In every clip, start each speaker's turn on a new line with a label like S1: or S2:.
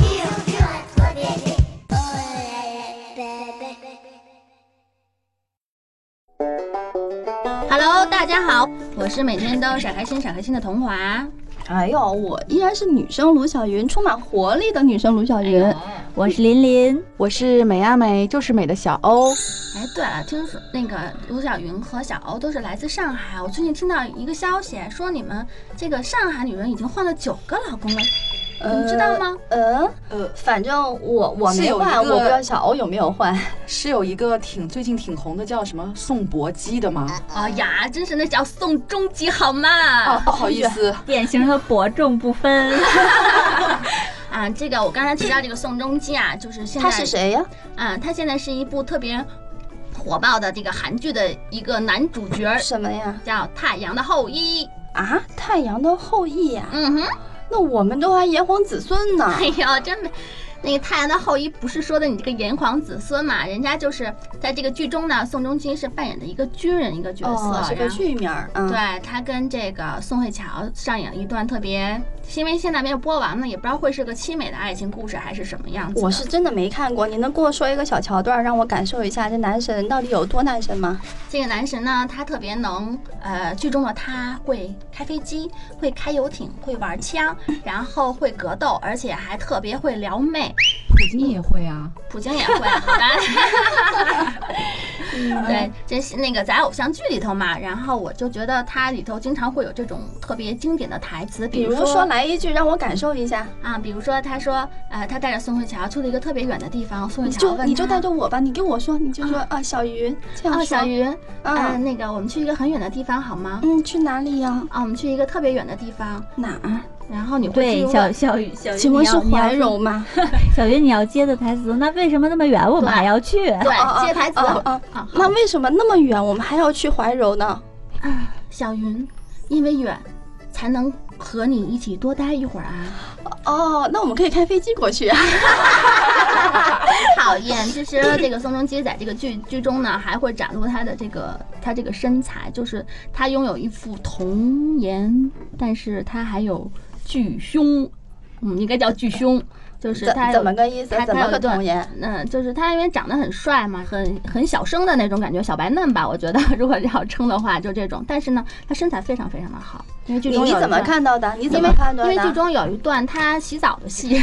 S1: Dur, dur être bébé. Oh là là, bébé.
S2: Hello，大家好，我是每天都傻开心傻开心的童华。
S3: 哎呦，我依然是女生卢小云，充满活力的女生卢小云。
S4: 我是琳琳，我是美啊美就是美的小欧。
S2: 哎，对了，听说那个卢小云和小欧都是来自上海，我最近听到一个消息，说你们这个上海女人已经换了九个老公了，你知道吗？
S3: 嗯
S5: 呃，
S3: 反正我我
S5: 是
S3: 没
S5: 有一
S3: 换，
S5: 个
S3: 我不知道小欧有没有换。
S5: 是有一个挺最近挺红的，叫什么宋博基的吗？
S2: 哎呀，真是那叫宋仲基好吗？
S5: 啊，
S2: 哦
S5: 不好意思，
S4: 典型的伯仲不分。
S2: 啊，这个我刚才提到这个宋仲基啊，就是现在
S3: 他是谁呀？
S2: 啊，他现在是一部特别火爆的这个韩剧的一个男主角儿，
S3: 什么呀？
S2: 叫《太阳的后裔》。
S3: 啊，太阳的后裔呀、
S2: 嗯哼，
S3: 那我们都还炎黄子孙呢。
S2: 哎呦，真没。那个《太阳的后裔》不是说的你这个炎黄子孙嘛？人家就是在这个剧中呢，宋仲基是扮演的一个军人一个角色，啊
S3: 哦，是个
S2: 然后
S3: 剧名儿。嗯，
S2: 对他跟这个宋慧乔上演了一段特别，因为现在没有播完呢，也不知道会是个凄美的爱情故事还是什么样子的。
S3: 我是真的没看过，你能跟我说一个小桥段儿，让我感受一下这男神到底有多男神吗？
S2: 这个男神呢，他特别能，呃，剧中的他会开飞机，会开游艇，会玩枪，然后会格斗，而且还特别会撩妹。
S5: 普京也会啊。
S2: 普京也会，好吧？ 对，这是那个在偶像剧里头嘛，然后我就觉得它里头经常会有这种特别经典的台词，
S3: 比如
S2: 如
S3: 说来一句让我感受一下，
S2: 啊，比如说他说，呃，他带着宋慧乔去了一个特别远的地方，宋慧
S3: 你
S2: 乔
S3: 就
S2: 问
S3: 你就
S2: 他
S3: 带着我吧，你跟我说，你就说啊，小云这样
S2: 哦，
S3: 说。
S2: 小，云，嗯、
S3: 嗯
S2: 那个我们去一个很远的地方好吗？
S3: 嗯，去哪里呀、
S2: 啊，我们去一个特别远的地方，
S3: 哪儿？
S2: 然后你会进
S4: 对，
S2: 入
S4: 小小雨，小
S3: 请
S4: 云，
S3: 问
S4: 你
S3: 是
S4: 要你要
S3: 怀柔吗？
S4: 小云你要接的台词，那为什么那么远我们还要去？
S2: 对接台词
S3: 哦哦
S2: 啊
S3: 哦。那为什么那么远，我们还要去怀柔呢？
S2: 小云，因为远，才能和你一起多待一会儿啊。
S3: 哦，那我们可以开飞机过去 啊。
S2: 讨厌，其实这个宋仲基在这个剧剧中呢，还会展露他的这个他这个身材，就是他拥有一副童颜，但是他还有巨胸，嗯，应该叫巨胸，就是
S3: 怎
S2: 他有
S3: 怎么个意思
S2: 他？他
S3: 怎么
S2: 有
S3: 个
S2: 一段
S3: 童颜？
S2: 嗯，就是他因为长得很帅嘛，很很小生的那种感觉，小白嫩吧，我觉得如果要称的话就这种。但是呢，他身材非常非常的好，因为剧
S3: 你
S2: 中
S3: 你
S2: 有一
S3: 怎么
S2: 段？
S3: 看到的？你
S2: 因
S3: 怎
S2: 为
S3: 么判
S2: 因
S3: 断
S2: 为剧
S3: 的？
S2: 中有一段他洗澡的戏，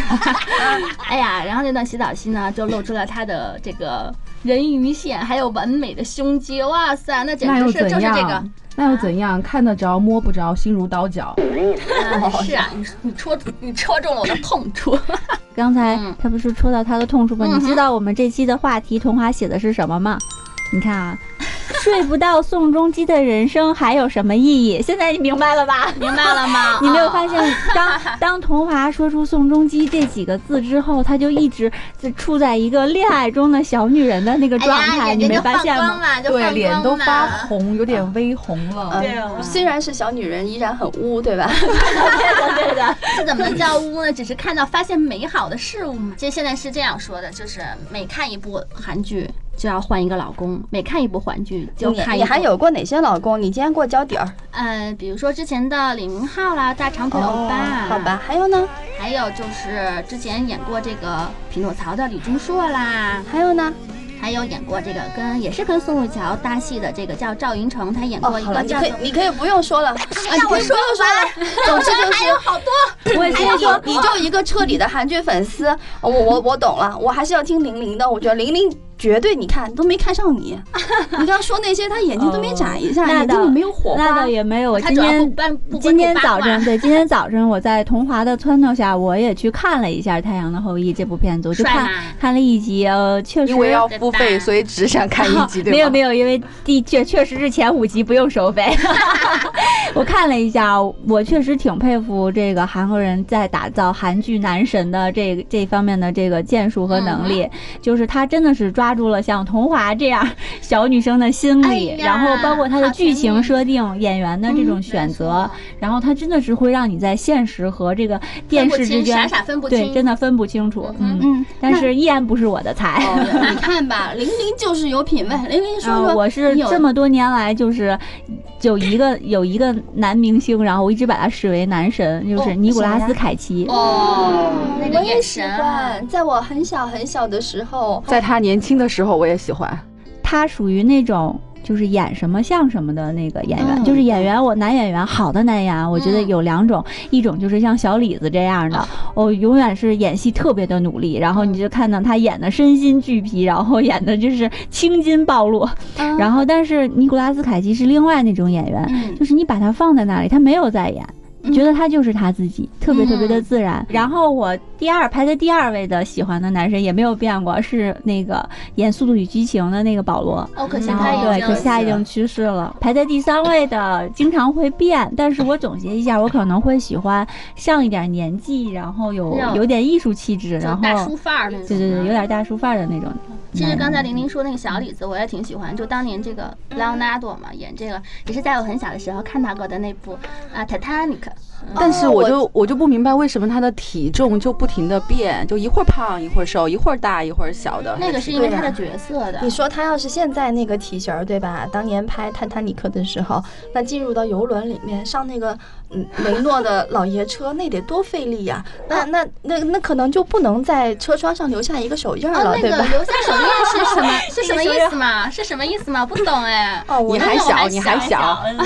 S2: 哎呀，然后那段洗澡戏呢，就露出了他的这个人鱼线，还有完美的胸肌，哇塞，那简
S6: 那
S2: 直
S6: 又
S2: 是
S6: 怎
S2: 就是这个啊
S6: 样，？那又怎样？看得着，摸不着，心如刀绞。
S2: 嗯
S3: 哦
S2: 是啊，你你戳你戳中了我的痛处。
S4: 刚才
S2: 嗯
S4: 他不是戳到他的痛处吗？
S2: 嗯哼
S4: 你知道我们这期的话题童华写的是什么吗？你看啊， 睡不到宋仲基的人生还有什么意义？现在你明白了吧？
S2: 明白了 吗？
S4: 你没有发
S2: 现？
S4: 现，当 当桐华说出“宋仲基”这几个字之后，他就一直在处在一个恋爱中的小女人的那个
S2: 哎
S4: 状态，
S2: 呀，眼
S4: 你
S2: 睛
S4: 没
S2: 就
S4: 发
S2: 放
S4: 现
S2: 光
S4: 吗？
S2: 了，就放
S6: 对，
S2: 光啊
S6: 脸都发
S2: 了
S6: 红，有点微红了。
S3: 嗯，虽然是小女人，依然很污，对吧？
S4: 对的，
S2: 这怎么能叫污呢？只是看到发现美好的事物嘛。其实现在是这样说的，就是每看一部韩剧就要换一个老公，每看一部韩剧就
S3: 你
S2: 看一
S3: 你还
S2: 部
S3: 有过哪些老公？你今天给我交底儿。
S2: 呃，比如说之前的李明浩啦，大长腿欧巴、
S3: 哦
S2: 啊
S3: 好，吧。还有呢？
S2: 还有就是之前演过这个匹诺曹的李钟硕啦，
S3: 还有呢？
S2: 还有演过这个跟也是跟宋慧乔搭戏的这个叫赵云成，他演
S3: 哦，
S2: 过一
S3: 好
S2: 个
S3: 了，你
S2: 叫
S3: 可
S2: 做、
S3: 以你可以不用说了。啊，你可以不用说了。 总之就是
S2: 还有好多。
S4: 我也是说，
S3: 你就一个彻底的韩剧粉丝，哦我我我懂了，我还是要听玲玲的。我觉得玲玲绝对，你看都没看上你，你刚说那些，她眼睛都没眨
S2: 哦
S3: 一下，
S4: 那
S3: 你根
S4: 倒
S3: 本没有火
S4: 那
S3: 花
S4: 倒。也没有。我
S2: 他
S4: 今
S2: 主要不
S4: 天
S2: 搬不
S4: 今天
S2: 不八
S4: 早
S2: 卦
S4: 晨，对，今天早晨我在桐华的撺掇下，我也去看了一下《太阳的后裔》这部片子，我就
S2: 帅
S4: 看
S2: 吗
S4: 看了一集，呃，确实
S5: 因为要
S2: 对
S5: 付
S2: 吧
S5: 费，所以只想看一 集，对吧？
S4: 啊没有没有，因为的确确实是前五集不用收费。 我看了一下，我确实挺佩服这个韩国人在打
S2: 嗯
S4: 造韩剧男神的这这方面的这个建树和能力，就是他真的是抓抓住了像桐华这样小女生的心理，
S2: 哎呀
S4: 然后包括它的
S2: 好
S4: 剧情
S2: 甜
S4: 设定、演员的这种选择，然后它真的是会让你在现实和这个电视之
S2: 傻
S4: 间，
S2: 傻分不清，
S4: 对，真的分不清楚。
S2: 嗯哦
S4: 嗯，
S7: 嗯，
S4: 但是依然不是我的菜。
S7: 你看吧，玲玲就是有品位。玲玲说
S4: 嗯，
S7: 说，
S4: 我是
S7: 你有
S4: 这么多年来就是有 一个有一个男明星，然后我一直把他视为男神，就
S7: 哦
S4: 是尼古拉
S7: 谁
S4: 斯
S7: 呀
S4: 凯奇。
S7: 哦，
S2: 那个
S7: 我也
S2: 眼
S7: 喜
S2: 神啊
S7: 欢。在我很小很小的时候，
S5: 在他年轻的时候，我也喜欢。
S4: 他属于那种就是演什么像什么的那个演员，
S7: 嗯
S4: 就是演员，我男演员好的男演员，我觉得有两种，一种就是像小李子这样
S7: 哦
S4: 的，我、永远是演戏特别的努力，
S7: 嗯
S4: 然后你就看到他演的身心俱疲，然后演的就是青筋暴露，
S2: 嗯
S4: 然后但是尼古拉斯凯奇是另外那种演员，
S7: 嗯，
S4: 就是你把他放在那里，他没有在演。
S7: 嗯
S4: 觉得他就是他自己，特别特别
S2: 嗯
S4: 的自然。然后我第二排在第二位的喜欢的男神也没有变过，是那个演《速度与激情》的那个保罗。
S2: 哦，可惜
S4: 然后
S2: 他已
S4: 对，
S2: 经
S4: 可惜他已经去世了。排在第三位的经常会变，但是我总结一下，我可能会喜欢上一点年纪，然后有
S2: 那种
S4: 有点艺术气质，
S2: 就
S4: 然
S2: 大
S4: 后
S2: 叔范儿那种。
S4: 对对对，有。点大叔范儿的那种。
S2: 其实刚才
S4: 嗯
S2: 玲玲说那个小李子，我也挺喜欢，就当年这个 Leonardo
S3: 嗯
S2: 嘛演这个，也是在我很小的时候看到过的那部啊《Titanic》。
S3: 嗯
S5: 但
S2: 哦
S5: 是我就我就不明白为什么他的体重就不停的变，就一会儿胖一会儿瘦，一会儿大一会儿小的。
S2: 那个是因为他的角色的。
S3: 你说他要是现在那个体型儿，对吧？当年拍《泰坦尼克》的时候，那进入到游轮里面上那个嗯雷诺的老爷车，那得多费力呀、
S2: 哦
S3: 那那那那可能就不能在车窗上留下一个手印儿
S2: 哦，
S3: 了，
S2: 那
S3: 对
S2: 个
S3: 吧？
S2: 留下手印是 什么？是什么
S3: 那个手
S2: 意
S3: 印
S2: 思嘛？是什么意思嘛？不懂 哎。
S3: 哦，我
S5: 你还小，你还小，
S2: 嗯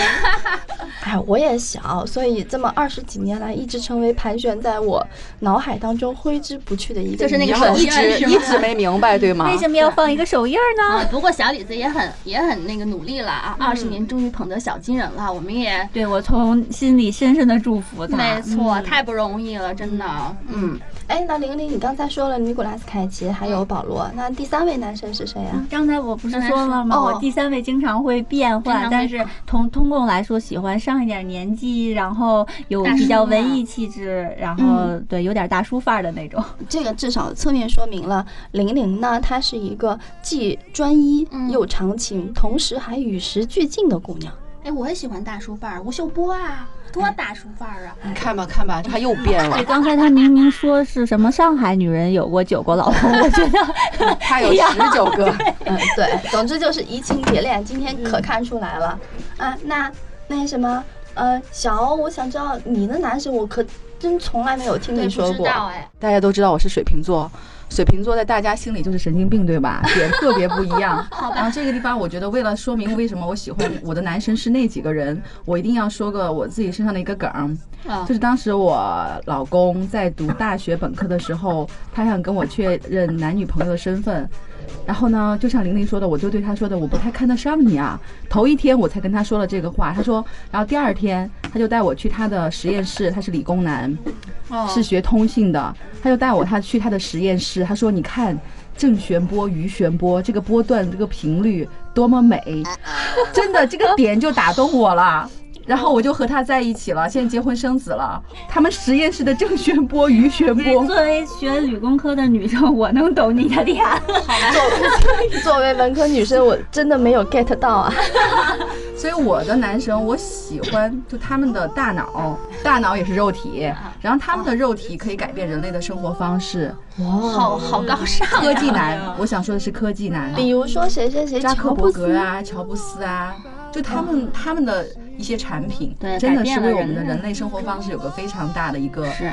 S3: 哎，我也小，所以这么二十几年来，一直成为盘旋在我脑海当中挥之不去的一个，
S2: 就是那个
S5: 然后
S2: 手
S5: 一
S2: 印儿
S5: 直
S2: 是吗
S5: 一直没明白，对吗
S4: 为？什么要放一个手印儿呢？
S2: 啊，不过小李子也很也很那个努力了啊，
S3: 嗯
S2: 二十年终于捧得小金人了，我们也
S4: 对我从心里深深的祝福他。嗯
S2: 没
S3: 嗯
S2: 错，太不容易了，真的，嗯，
S3: 哎，那玲玲，你刚才说了尼古拉斯凯奇还有保罗，那第三位男神是谁呀、啊
S4: 刚才我不是嗯说了
S3: 刚
S4: 吗？
S3: 才说
S4: 我第三位经常会变
S2: 经常
S4: 换，
S2: 会
S4: 但是从通共来说，喜欢上一点年纪，然后有
S2: 大叔
S4: 比较
S2: 嘛
S4: 文艺气质，然后对有点大叔范儿的那种。
S3: 这个至少侧面说明了玲玲呢，她是一个既专一
S2: 嗯
S3: 又长情，同时还与时俱进的姑娘。
S2: 哎，我也喜欢大叔范儿，吴秀波啊，
S3: 哎
S2: 多大叔范儿啊！
S5: 你看吧看吧，他又变了
S4: 对，，刚才他明明说是什么上海女人有过九个老公，我觉得
S5: 他有十九个。
S3: 嗯，对，总之就是移情别恋，今天可看出来了、啊。那那什么，呃，小欧，我想知道你的男神，我可真从来没有听
S2: 对，
S3: 你
S2: 不
S3: 说
S2: 知
S3: 过。
S2: 道哎，
S5: 大家都知道我是水瓶座，水瓶座在大家心里就是神经病，对吧？点特别不一样。然后这个地方，我觉得为了说明为什么我喜欢我的男神是那几个人，我一定要说个我自己身上的一个梗儿
S2: 啊，
S5: 就是当时我老公在读大学本科的时候，他想跟我确认男女朋友的身份。然后呢，就像玲玲说的，我就对他说的，我不太看得上你啊。头一天我才跟他说了这个话，他说，然后第二天他就带我去他的实验室，他是理工男，是学通信的，他就带我他去他的实验室，他说你看正弦波、余弦波这个波段这个频率多么美，真的这个点就打动我了。然后我就和他在一起了，现在结婚生子了。他们实验室的正弦波、余弦波，
S4: 作为学理工科的女生，我能懂你的 点。
S3: 作为文科女生，我真的没有 get 到啊。
S5: 所以我的男神我喜欢就他们的 大脑，大脑也是肉体，
S2: 啊
S5: 然后他们的肉体可以改变人类的生活方式。
S2: 好好高尚啊，
S5: 科技男，我想说的是科技男。啊
S3: 比如说谁谁谁，
S5: 扎克
S3: 乔
S5: 伯
S3: 布
S5: 格
S3: 斯，
S5: 啊、乔布斯啊，就他们他们的一些产品
S2: 嗯对，
S5: 真
S2: 改
S5: 的
S2: 变
S5: 是
S2: 了
S5: 为我们的
S2: 人类
S5: 人类生活方式有个非常大的一
S3: 嗯
S5: 个
S2: 是。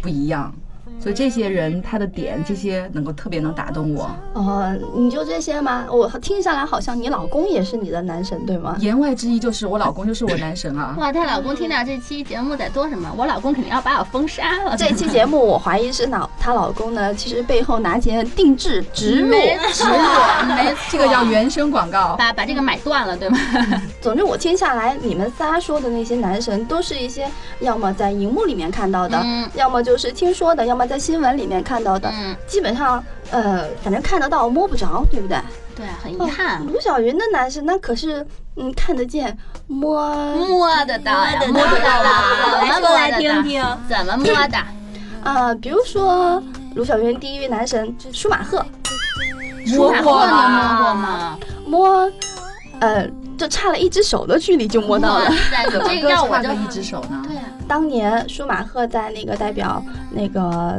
S5: 不一样。所以这些人他的点，这些能够特别能打动我。
S3: 哦，你就这些吗？我听下来好像你老公也是你的男神，对吗？
S5: 言外之意就是我老公就是我男神啊。
S2: 哇，她老公听到这期节目在做什么？我老公肯定要把我封杀了。
S3: 这期节目，我怀疑是脑她老公呢，其实背后拿钱定制植 入。
S2: 没错，没错，
S5: 这个叫原声广告，
S2: 把把这个买断了，对吗？
S3: 总之，我听下来，你们仨说的那些男神，都是一些要么在荧幕里面看到的，
S2: 嗯
S3: 要么就是听说的，要么在新闻里面看到的。
S2: 嗯，
S3: 基本上，呃，反正看得到摸不着，对不对？
S2: 对，啊很遗憾，
S3: 卢晓云的男神那可是，嗯，看得见，摸。
S2: 摸得到呀，摸得到
S4: 来
S2: 啊，怎么
S4: 说
S2: 摸
S4: 来
S2: 得
S4: 听
S2: 到？
S4: 听。
S2: 怎么摸的？
S3: 呃，比如说卢晓云第一位男神舒马赫，
S2: 舒
S5: 摸
S2: 凯
S5: 过
S2: 赫能
S5: 吗？
S2: 摸过吗？
S3: 摸，呃，就差了一只手的距离就摸到了。
S2: 塞，你这个要我
S5: 差
S2: 就
S5: 个一只手呢。
S2: 对呀、
S3: 当年舒马赫在那个代表那个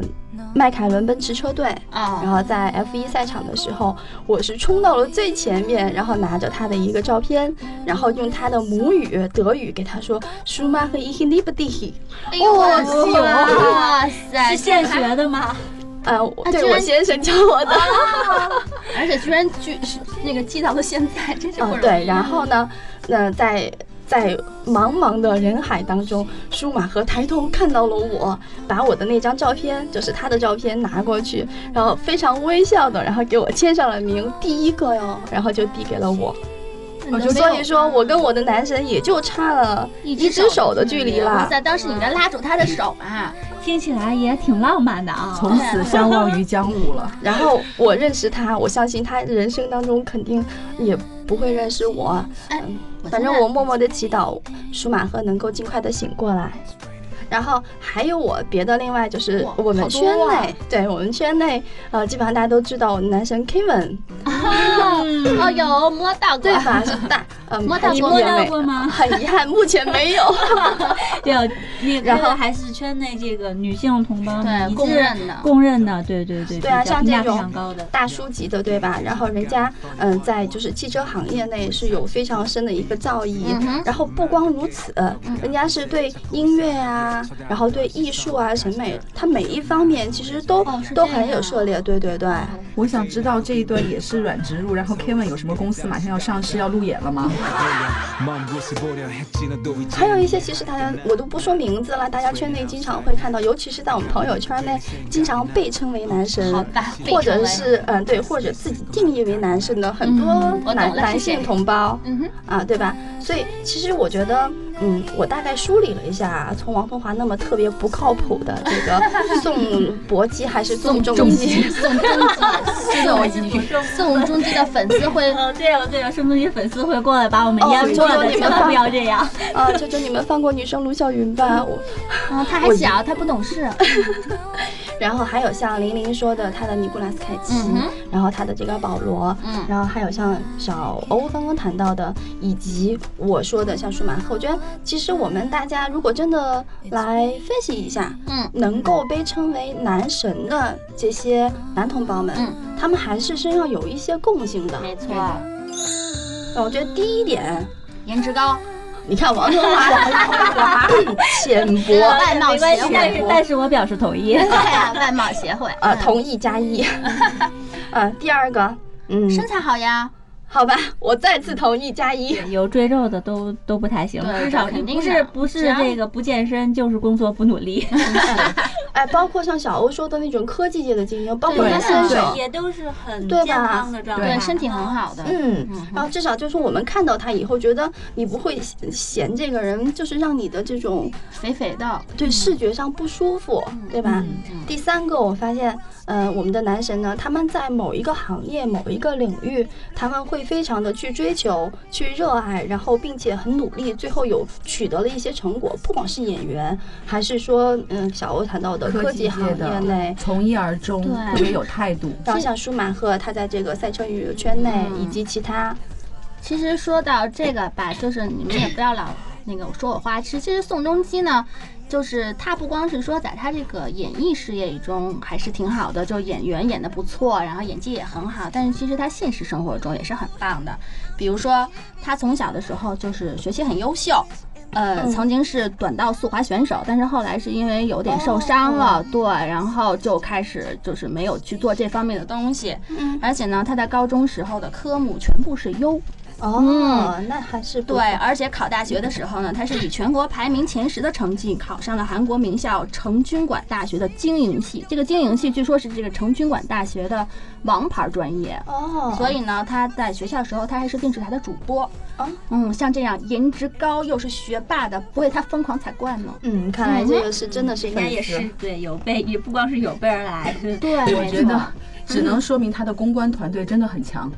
S3: 迈凯伦奔驰车队，
S2: 啊，
S3: 然后在 F 一赛场的时候，我是冲到了最前面，然后拿着他的一个照片，然后用他的母语德语给他说舒马赫伊希利不蒂希，
S2: 哎呦
S3: 哇
S2: 哇塞，哇塞，
S4: 哎是现学的吗？
S3: 呃，我对
S2: 啊居然
S3: 我先生教我的。
S2: 而且居然居是那个记到了现在，真是不
S3: 嗯，
S2: 容易
S3: 对，然后呢，那在在茫茫的人海当中，舒马赫抬头看到了我，把我的那张照片，就是他的照片拿过去，然后非常微笑的，然后给我签上了名，第一个哟，然后就递给了我。哦
S2: 我
S3: 就所以说我跟我的男神也就差了
S2: 一嗯
S3: 只手的距离
S2: 哇
S3: 啦。
S2: 塞，当时你应该拉住他的手啊，
S4: 听起来也挺浪漫的啊。
S5: 从此相忘于江湖了。
S3: 然后我认识他，我相信他人生当中肯定也不会认识我。反正我默默的祈祷舒马赫能够尽快的醒过来。然后还有我别的，另外就是
S2: 哇
S3: 我们
S2: 好多
S3: 圈内，对我们圈内，呃，基本上大家都知道我的男神 Kevin，
S2: 哦有摸到过，
S3: 对吧？是大，嗯，
S2: 摸到
S3: 很遗
S2: 过
S3: 憾
S4: 摸到
S3: 没
S4: 过吗
S3: 很遗憾，目前没有。
S4: 对啊，你
S3: 然后
S4: 这个还是圈内这个女性同胞们
S2: 对，
S4: 一致
S2: 公认的。
S4: 公认的，对对对，
S3: 对啊
S4: 比较
S3: 像
S4: 评价
S3: 这种
S4: 非常高的。
S3: 大叔级的，对吧？然后人家嗯，在就是汽车行业内是有非常深的一个造诣。
S2: 嗯哼
S3: 然后不光如此，人家是对音乐啊，然后对艺术啊、审美，他每一方面其实都、
S2: 哦是
S3: 都
S2: 这样
S3: 很有涉猎。对对对，
S5: 我想知道这一段也是软植入，然后 Kevin 有什么公司马上要上市要路演了吗？
S3: 还有一些其实大家我都不说名字了，大家圈内经常会看到，尤其是在我们朋友圈内，经常被称为男神。
S2: 好吧，
S3: 或
S2: 被
S3: 者
S2: 称为
S3: 是嗯对，或者自己定义为男神的很多
S2: 嗯我懂
S3: 男、
S2: 了
S3: 男
S2: 是谁
S3: 性同胞，
S2: 嗯哼，
S3: 啊，对吧？所以其实我觉得，嗯，我大概梳理了一下，啊从王凤华那么特别不靠谱的这 个宋搏击还是宋仲基，
S2: 宋仲基，宋 仲基，宋仲基的粉丝会
S4: 哦，对了对了，说不定粉丝会过来把我们
S3: 哦
S4: 淹没
S3: 求求
S4: 的，
S3: 你
S4: 千
S3: 们
S4: 万
S3: 放
S4: 不要这样。
S3: 啊，求求你们放过女生卢晓云吧。我
S2: 啊，他还小，他不懂事，
S3: 然后还有像玲玲说的，她的尼古拉斯凯奇，
S2: 嗯哼
S3: 然后她的这个保罗，
S2: 嗯
S3: 然后还有像小欧刚刚谈到的，以及我说的像舒马赫，我觉得其实我们大家如果真的来分析一下，
S2: 嗯，
S3: 能够被称为男神的这些男同胞们，
S2: 嗯
S3: 他们还是身上有一些共性的。
S2: 没错，
S3: 那我觉得第一点，
S2: 颜值高，
S3: 你看王中 华浅薄，
S2: 外貌
S4: 没关系
S2: 协，
S4: 但是
S2: 会，
S4: 但是我表示 同意。
S2: 对啊，外貌协会，
S3: 呃，
S2: 嗯
S3: 同意 加一。呃，第二个，嗯，
S2: 身材好呀，
S3: 好吧，我再次同意加一。
S4: 有赘肉的都都不太行，
S2: 对
S4: 至少
S2: 肯定
S4: 不
S2: 的
S4: 是不
S2: 只
S4: 是
S2: 要
S4: 这个不健身就是工作不努力，
S3: 哎，包括像小欧说的那种科技界的精英，包括
S2: 对
S3: 他
S2: 对
S3: 先
S2: 对
S3: 生，
S4: 也都是很
S3: 对吧
S4: 健康的状态，
S2: 对，身体很好的，
S3: 嗯
S2: 嗯，
S3: 然后至少就是我们看到他以后，觉得你不会嫌嫌这个人，就是让你的这种
S2: 肥肥的，
S3: 对视觉上不舒服，对吧？第三个，我发现，呃，我们的男神呢，他们在某一个行业、某一个领域，他们会非常的去追求、去热爱，然后并且很努力，最后有取得了一些成果。不管是演员，还是说，嗯，小欧谈到的科
S5: 科
S3: 技
S5: 技
S3: 行
S5: 界的
S3: 业内。
S5: 从一而终，
S2: 对
S5: 特别有态度。
S3: 然后像舒马赫，他在这个赛车娱乐圈内，以及其他，
S2: 其实说到这个吧，就是你们也不要老那个说我花痴。其实宋仲基呢，就是他不光是说在他这个演艺事业中还是挺好的，就演员演的不错，然后演技也很好，但是其实他现实生活中也是很棒的。比如说他从小的时候就是学习很优秀。呃，曾经是短道速滑选手，但是后来是因为有点受伤了，对，然后就开始就是没有去做这方面的东西，
S3: 嗯，
S2: 而且呢，他在高中时候的科目全部是优，
S3: 哦，那还是不
S2: 对，而且考大学的时候呢，他是以全国排名前十的成绩考上了韩国名校成均馆大学的经营系。这个经营系据说是这个成均馆大学的王牌专业。
S3: 哦，
S2: 所以呢，他在学校的时候，他还是电视台的主播。
S3: 哦
S2: 嗯，像这样颜值高又是学霸的，不为他疯狂才怪呢。
S3: 嗯，看来这个是真的是一
S4: 人
S3: 个
S4: 家也是对有备，也不光是有备而来，
S2: 对，
S3: 嗯
S5: 我觉得只能说明他的公关团队真的很强。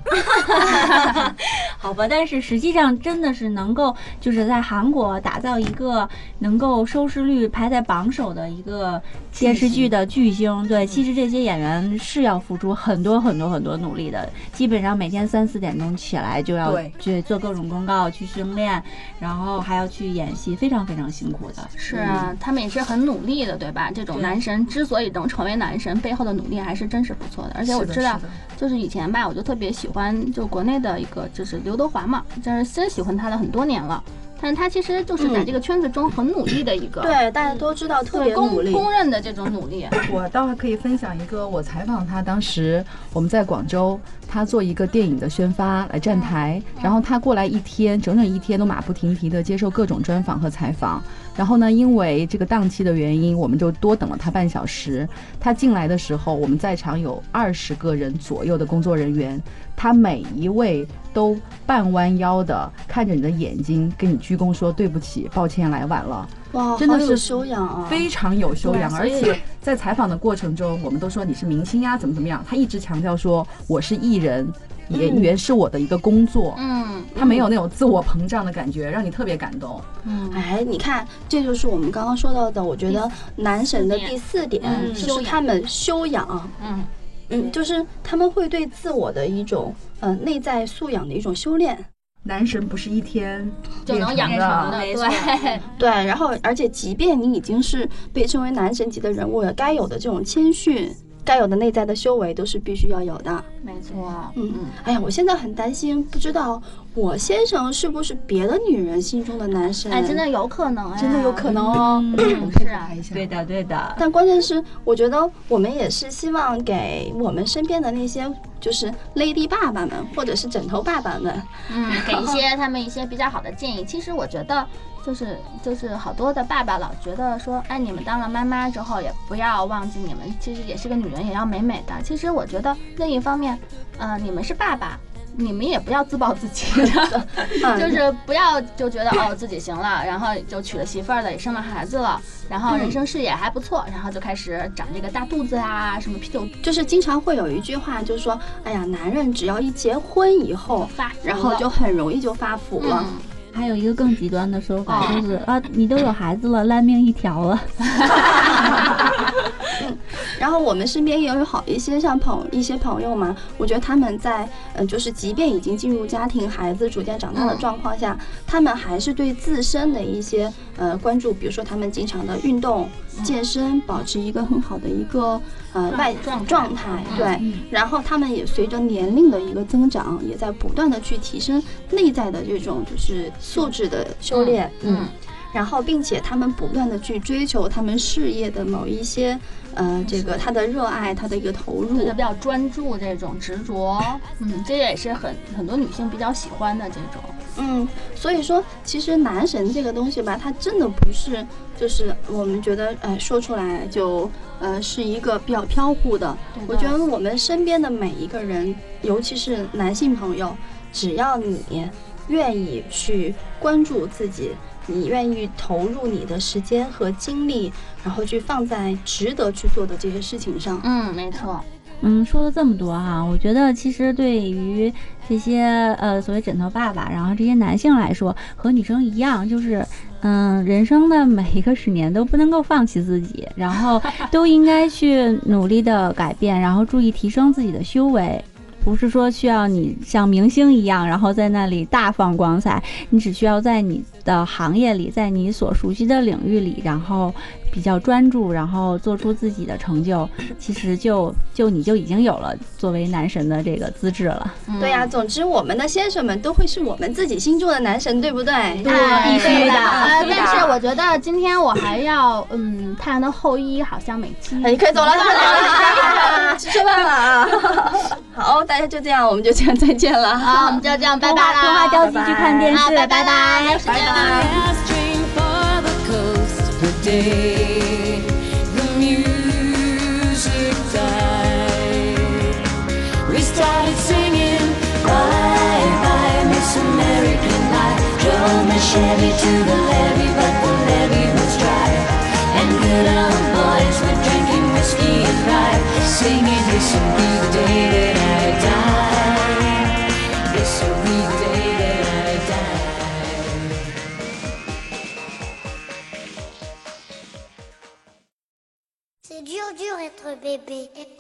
S4: 好吧，但是实际上真的是能够，就是在韩国打造一个能够收视率排在榜首的一个电视剧的巨
S2: 嗯
S4: 星。对，其实这些演员是要付出很多很多很多努力的，基本上每天三四点钟起来就要
S5: 对
S4: 去做各种公告、去训练，然后还要去演戏，非常非常辛苦的。
S2: 是啊，
S3: 嗯
S2: 他们也是很努力的，对吧？这种男神之所以能成为男神，背后的努力还是真是不错的。而且我
S5: 是的
S2: 知道
S5: 是的，
S2: 就是以前吧，我就特别喜欢就国内的一个，就是刘德华嘛，就是真喜欢他的很多年了。但是他其实就是在这个圈子中很努力的一个，
S3: 嗯对，大家都知道特
S2: 对
S3: 别
S2: 公
S3: 努力。
S2: 公认的这种努力。
S5: 我倒还可以分享一个，我采访他，当时我们在广州，他做一个电影的宣发来站台，然后他过来一天，整整一天都马不停蹄的接受各种专访和采访。然后呢，因为这个档期的原因，我们就多等了他半小时。他进来的时候，我们在场有二十个人左右的工作人员，他每一位都半弯腰的看着你的眼睛，跟你鞠躬说对不起，抱歉来晚了。
S3: 哇，
S5: 真的
S3: 好有
S5: 是
S3: 修养啊！
S5: 非常有修养，
S2: 对
S5: 而
S2: 所以
S5: 且在采访的过程中，我们都说你是明星呀，怎么怎么样，他一直强调说我是艺人，演员是我的一个工作，
S2: 嗯，
S5: 他没有那种自我膨胀的感觉，让你特别感动。
S3: 哎，你看，这就是我们刚刚说到的，我觉得男神的
S2: 第四
S3: 第四点
S2: 嗯
S3: 就
S2: 修
S3: 是
S2: 养
S3: 他们修养。
S2: 嗯
S3: 嗯，就是他们会对自我的一种呃内在素养的一种修炼。
S5: 男神不是一天
S2: 就能养
S5: 练
S2: 成
S5: 成
S2: 的，
S5: 的，
S2: 对，
S3: 对，然后而且即便你已经是被称为男神级的人物了，该有的这种谦逊。该有的内在的修为都是必须要有的。
S2: 没错，
S3: 嗯，哎呀，我现在很担心，不知道我先生是不是别的女人心中的男神。
S2: 哎，真的有可能呀，
S3: 真的有可能哦。
S2: 能是啊，
S4: 对的，对的。
S3: 但关键是，我觉得我们也是希望给我们身边的那些就是 lady 爸爸们，或者是枕头爸爸们，
S2: 嗯，给 一些他们一些比较好的建议。其实我觉得，就是就是好多的爸爸老觉得说，哎，你们当了妈妈之后，也不要忘记你们其实也是个女人，也要美美的。其实我觉得另一方面，呃，你们是爸爸。你们也不要自暴自弃，
S3: 啊
S2: 就是不要就觉得哦自己行了，然后就娶了媳妇儿了，也生了孩子了，然后
S3: 嗯
S2: 人生事业还不错，然后就开始长这个大肚子啊，什么啤酒
S3: 就是经常会有一句话，就是说，哎呀，男人只要一结婚以后，
S2: 发福了，
S3: 然后就很容易就发福了。
S2: 嗯
S4: 还有一个更极端的说法
S2: 哦
S4: 就是啊，你都有孩子了，烂命一条了。
S3: 然后我们身边也有好一些像朋一些朋友嘛，我觉得他们在呃，就是即便已经进入家庭，孩子逐渐长大的
S2: 嗯
S3: 状况下，他们还是对自身的一些呃关注，比如说他们经常的运动、健身，保持一个很好的一个呃外
S2: 状态
S3: 状态，
S2: 嗯
S3: 对。然后他们也随着年龄的一个增长，也在不断的去提升内在的这种就是素质的修炼，
S2: 嗯嗯
S3: 然后，并且他们不断的去追求他们事业的某一些，呃，这
S2: 嗯
S3: 个他的热爱，他的一个投入
S2: 对，的比较专注这种执着，嗯，这也是很很多女性比较喜欢的这种。
S3: 嗯，所以说，其实男神这个东西吧，它真的不是，就是我们觉得，哎，说出来就，呃，是一个比较飘忽的。
S2: 对的
S3: 我觉得我们身边的每一个人，尤其是男性朋友，只要你愿意去关注自己，你愿意投入你的时间和精力，然后去放在值得去做的这些事情上，
S2: 嗯，没错，
S4: 嗯，说了这么多哈、我觉得其实对于这些呃所谓枕头爸爸，然后这些男性来说，和女生一样，就是嗯，人生的每一个十年都不能够放弃自己，然后都应该去努力的改变，然后注意提升自己的修为。不是说需要你像明星一样，然后在那里大放光彩，你只需要在你的行业里，在你所熟悉的领域里，然后比较专注，然后做出自己的成就，其实就就你就已经有了作为男神的这个资质了。
S2: 嗯
S3: 对呀、啊总之，我们的先生们都会是我们自己心中的男神，对不对？对
S2: 哎
S3: 必须的
S2: 呃
S3: 必须的
S2: 但是我觉得今天我还要，嗯，《太阳的后裔》好像每期
S3: 哎，你可以走 了，他们两个人去 吃饭了啊！好，大家就这样，我们就这样再见了啊！
S2: 啊，我们就这样，拜
S4: 多
S2: 拜
S4: 花
S2: 啦，
S4: 多花着急去看电
S2: 啊
S4: 视，
S2: 拜啦，还有时间
S3: 拜拜
S2: 了。
S8: Asking for the coast today. The music died. We started singing bye bye, Miss American Pie. Drove my Chevy to the levee, but the levee was dry. And good old boys were drinking whiskey and rye, singing this will be the day.
S1: baby.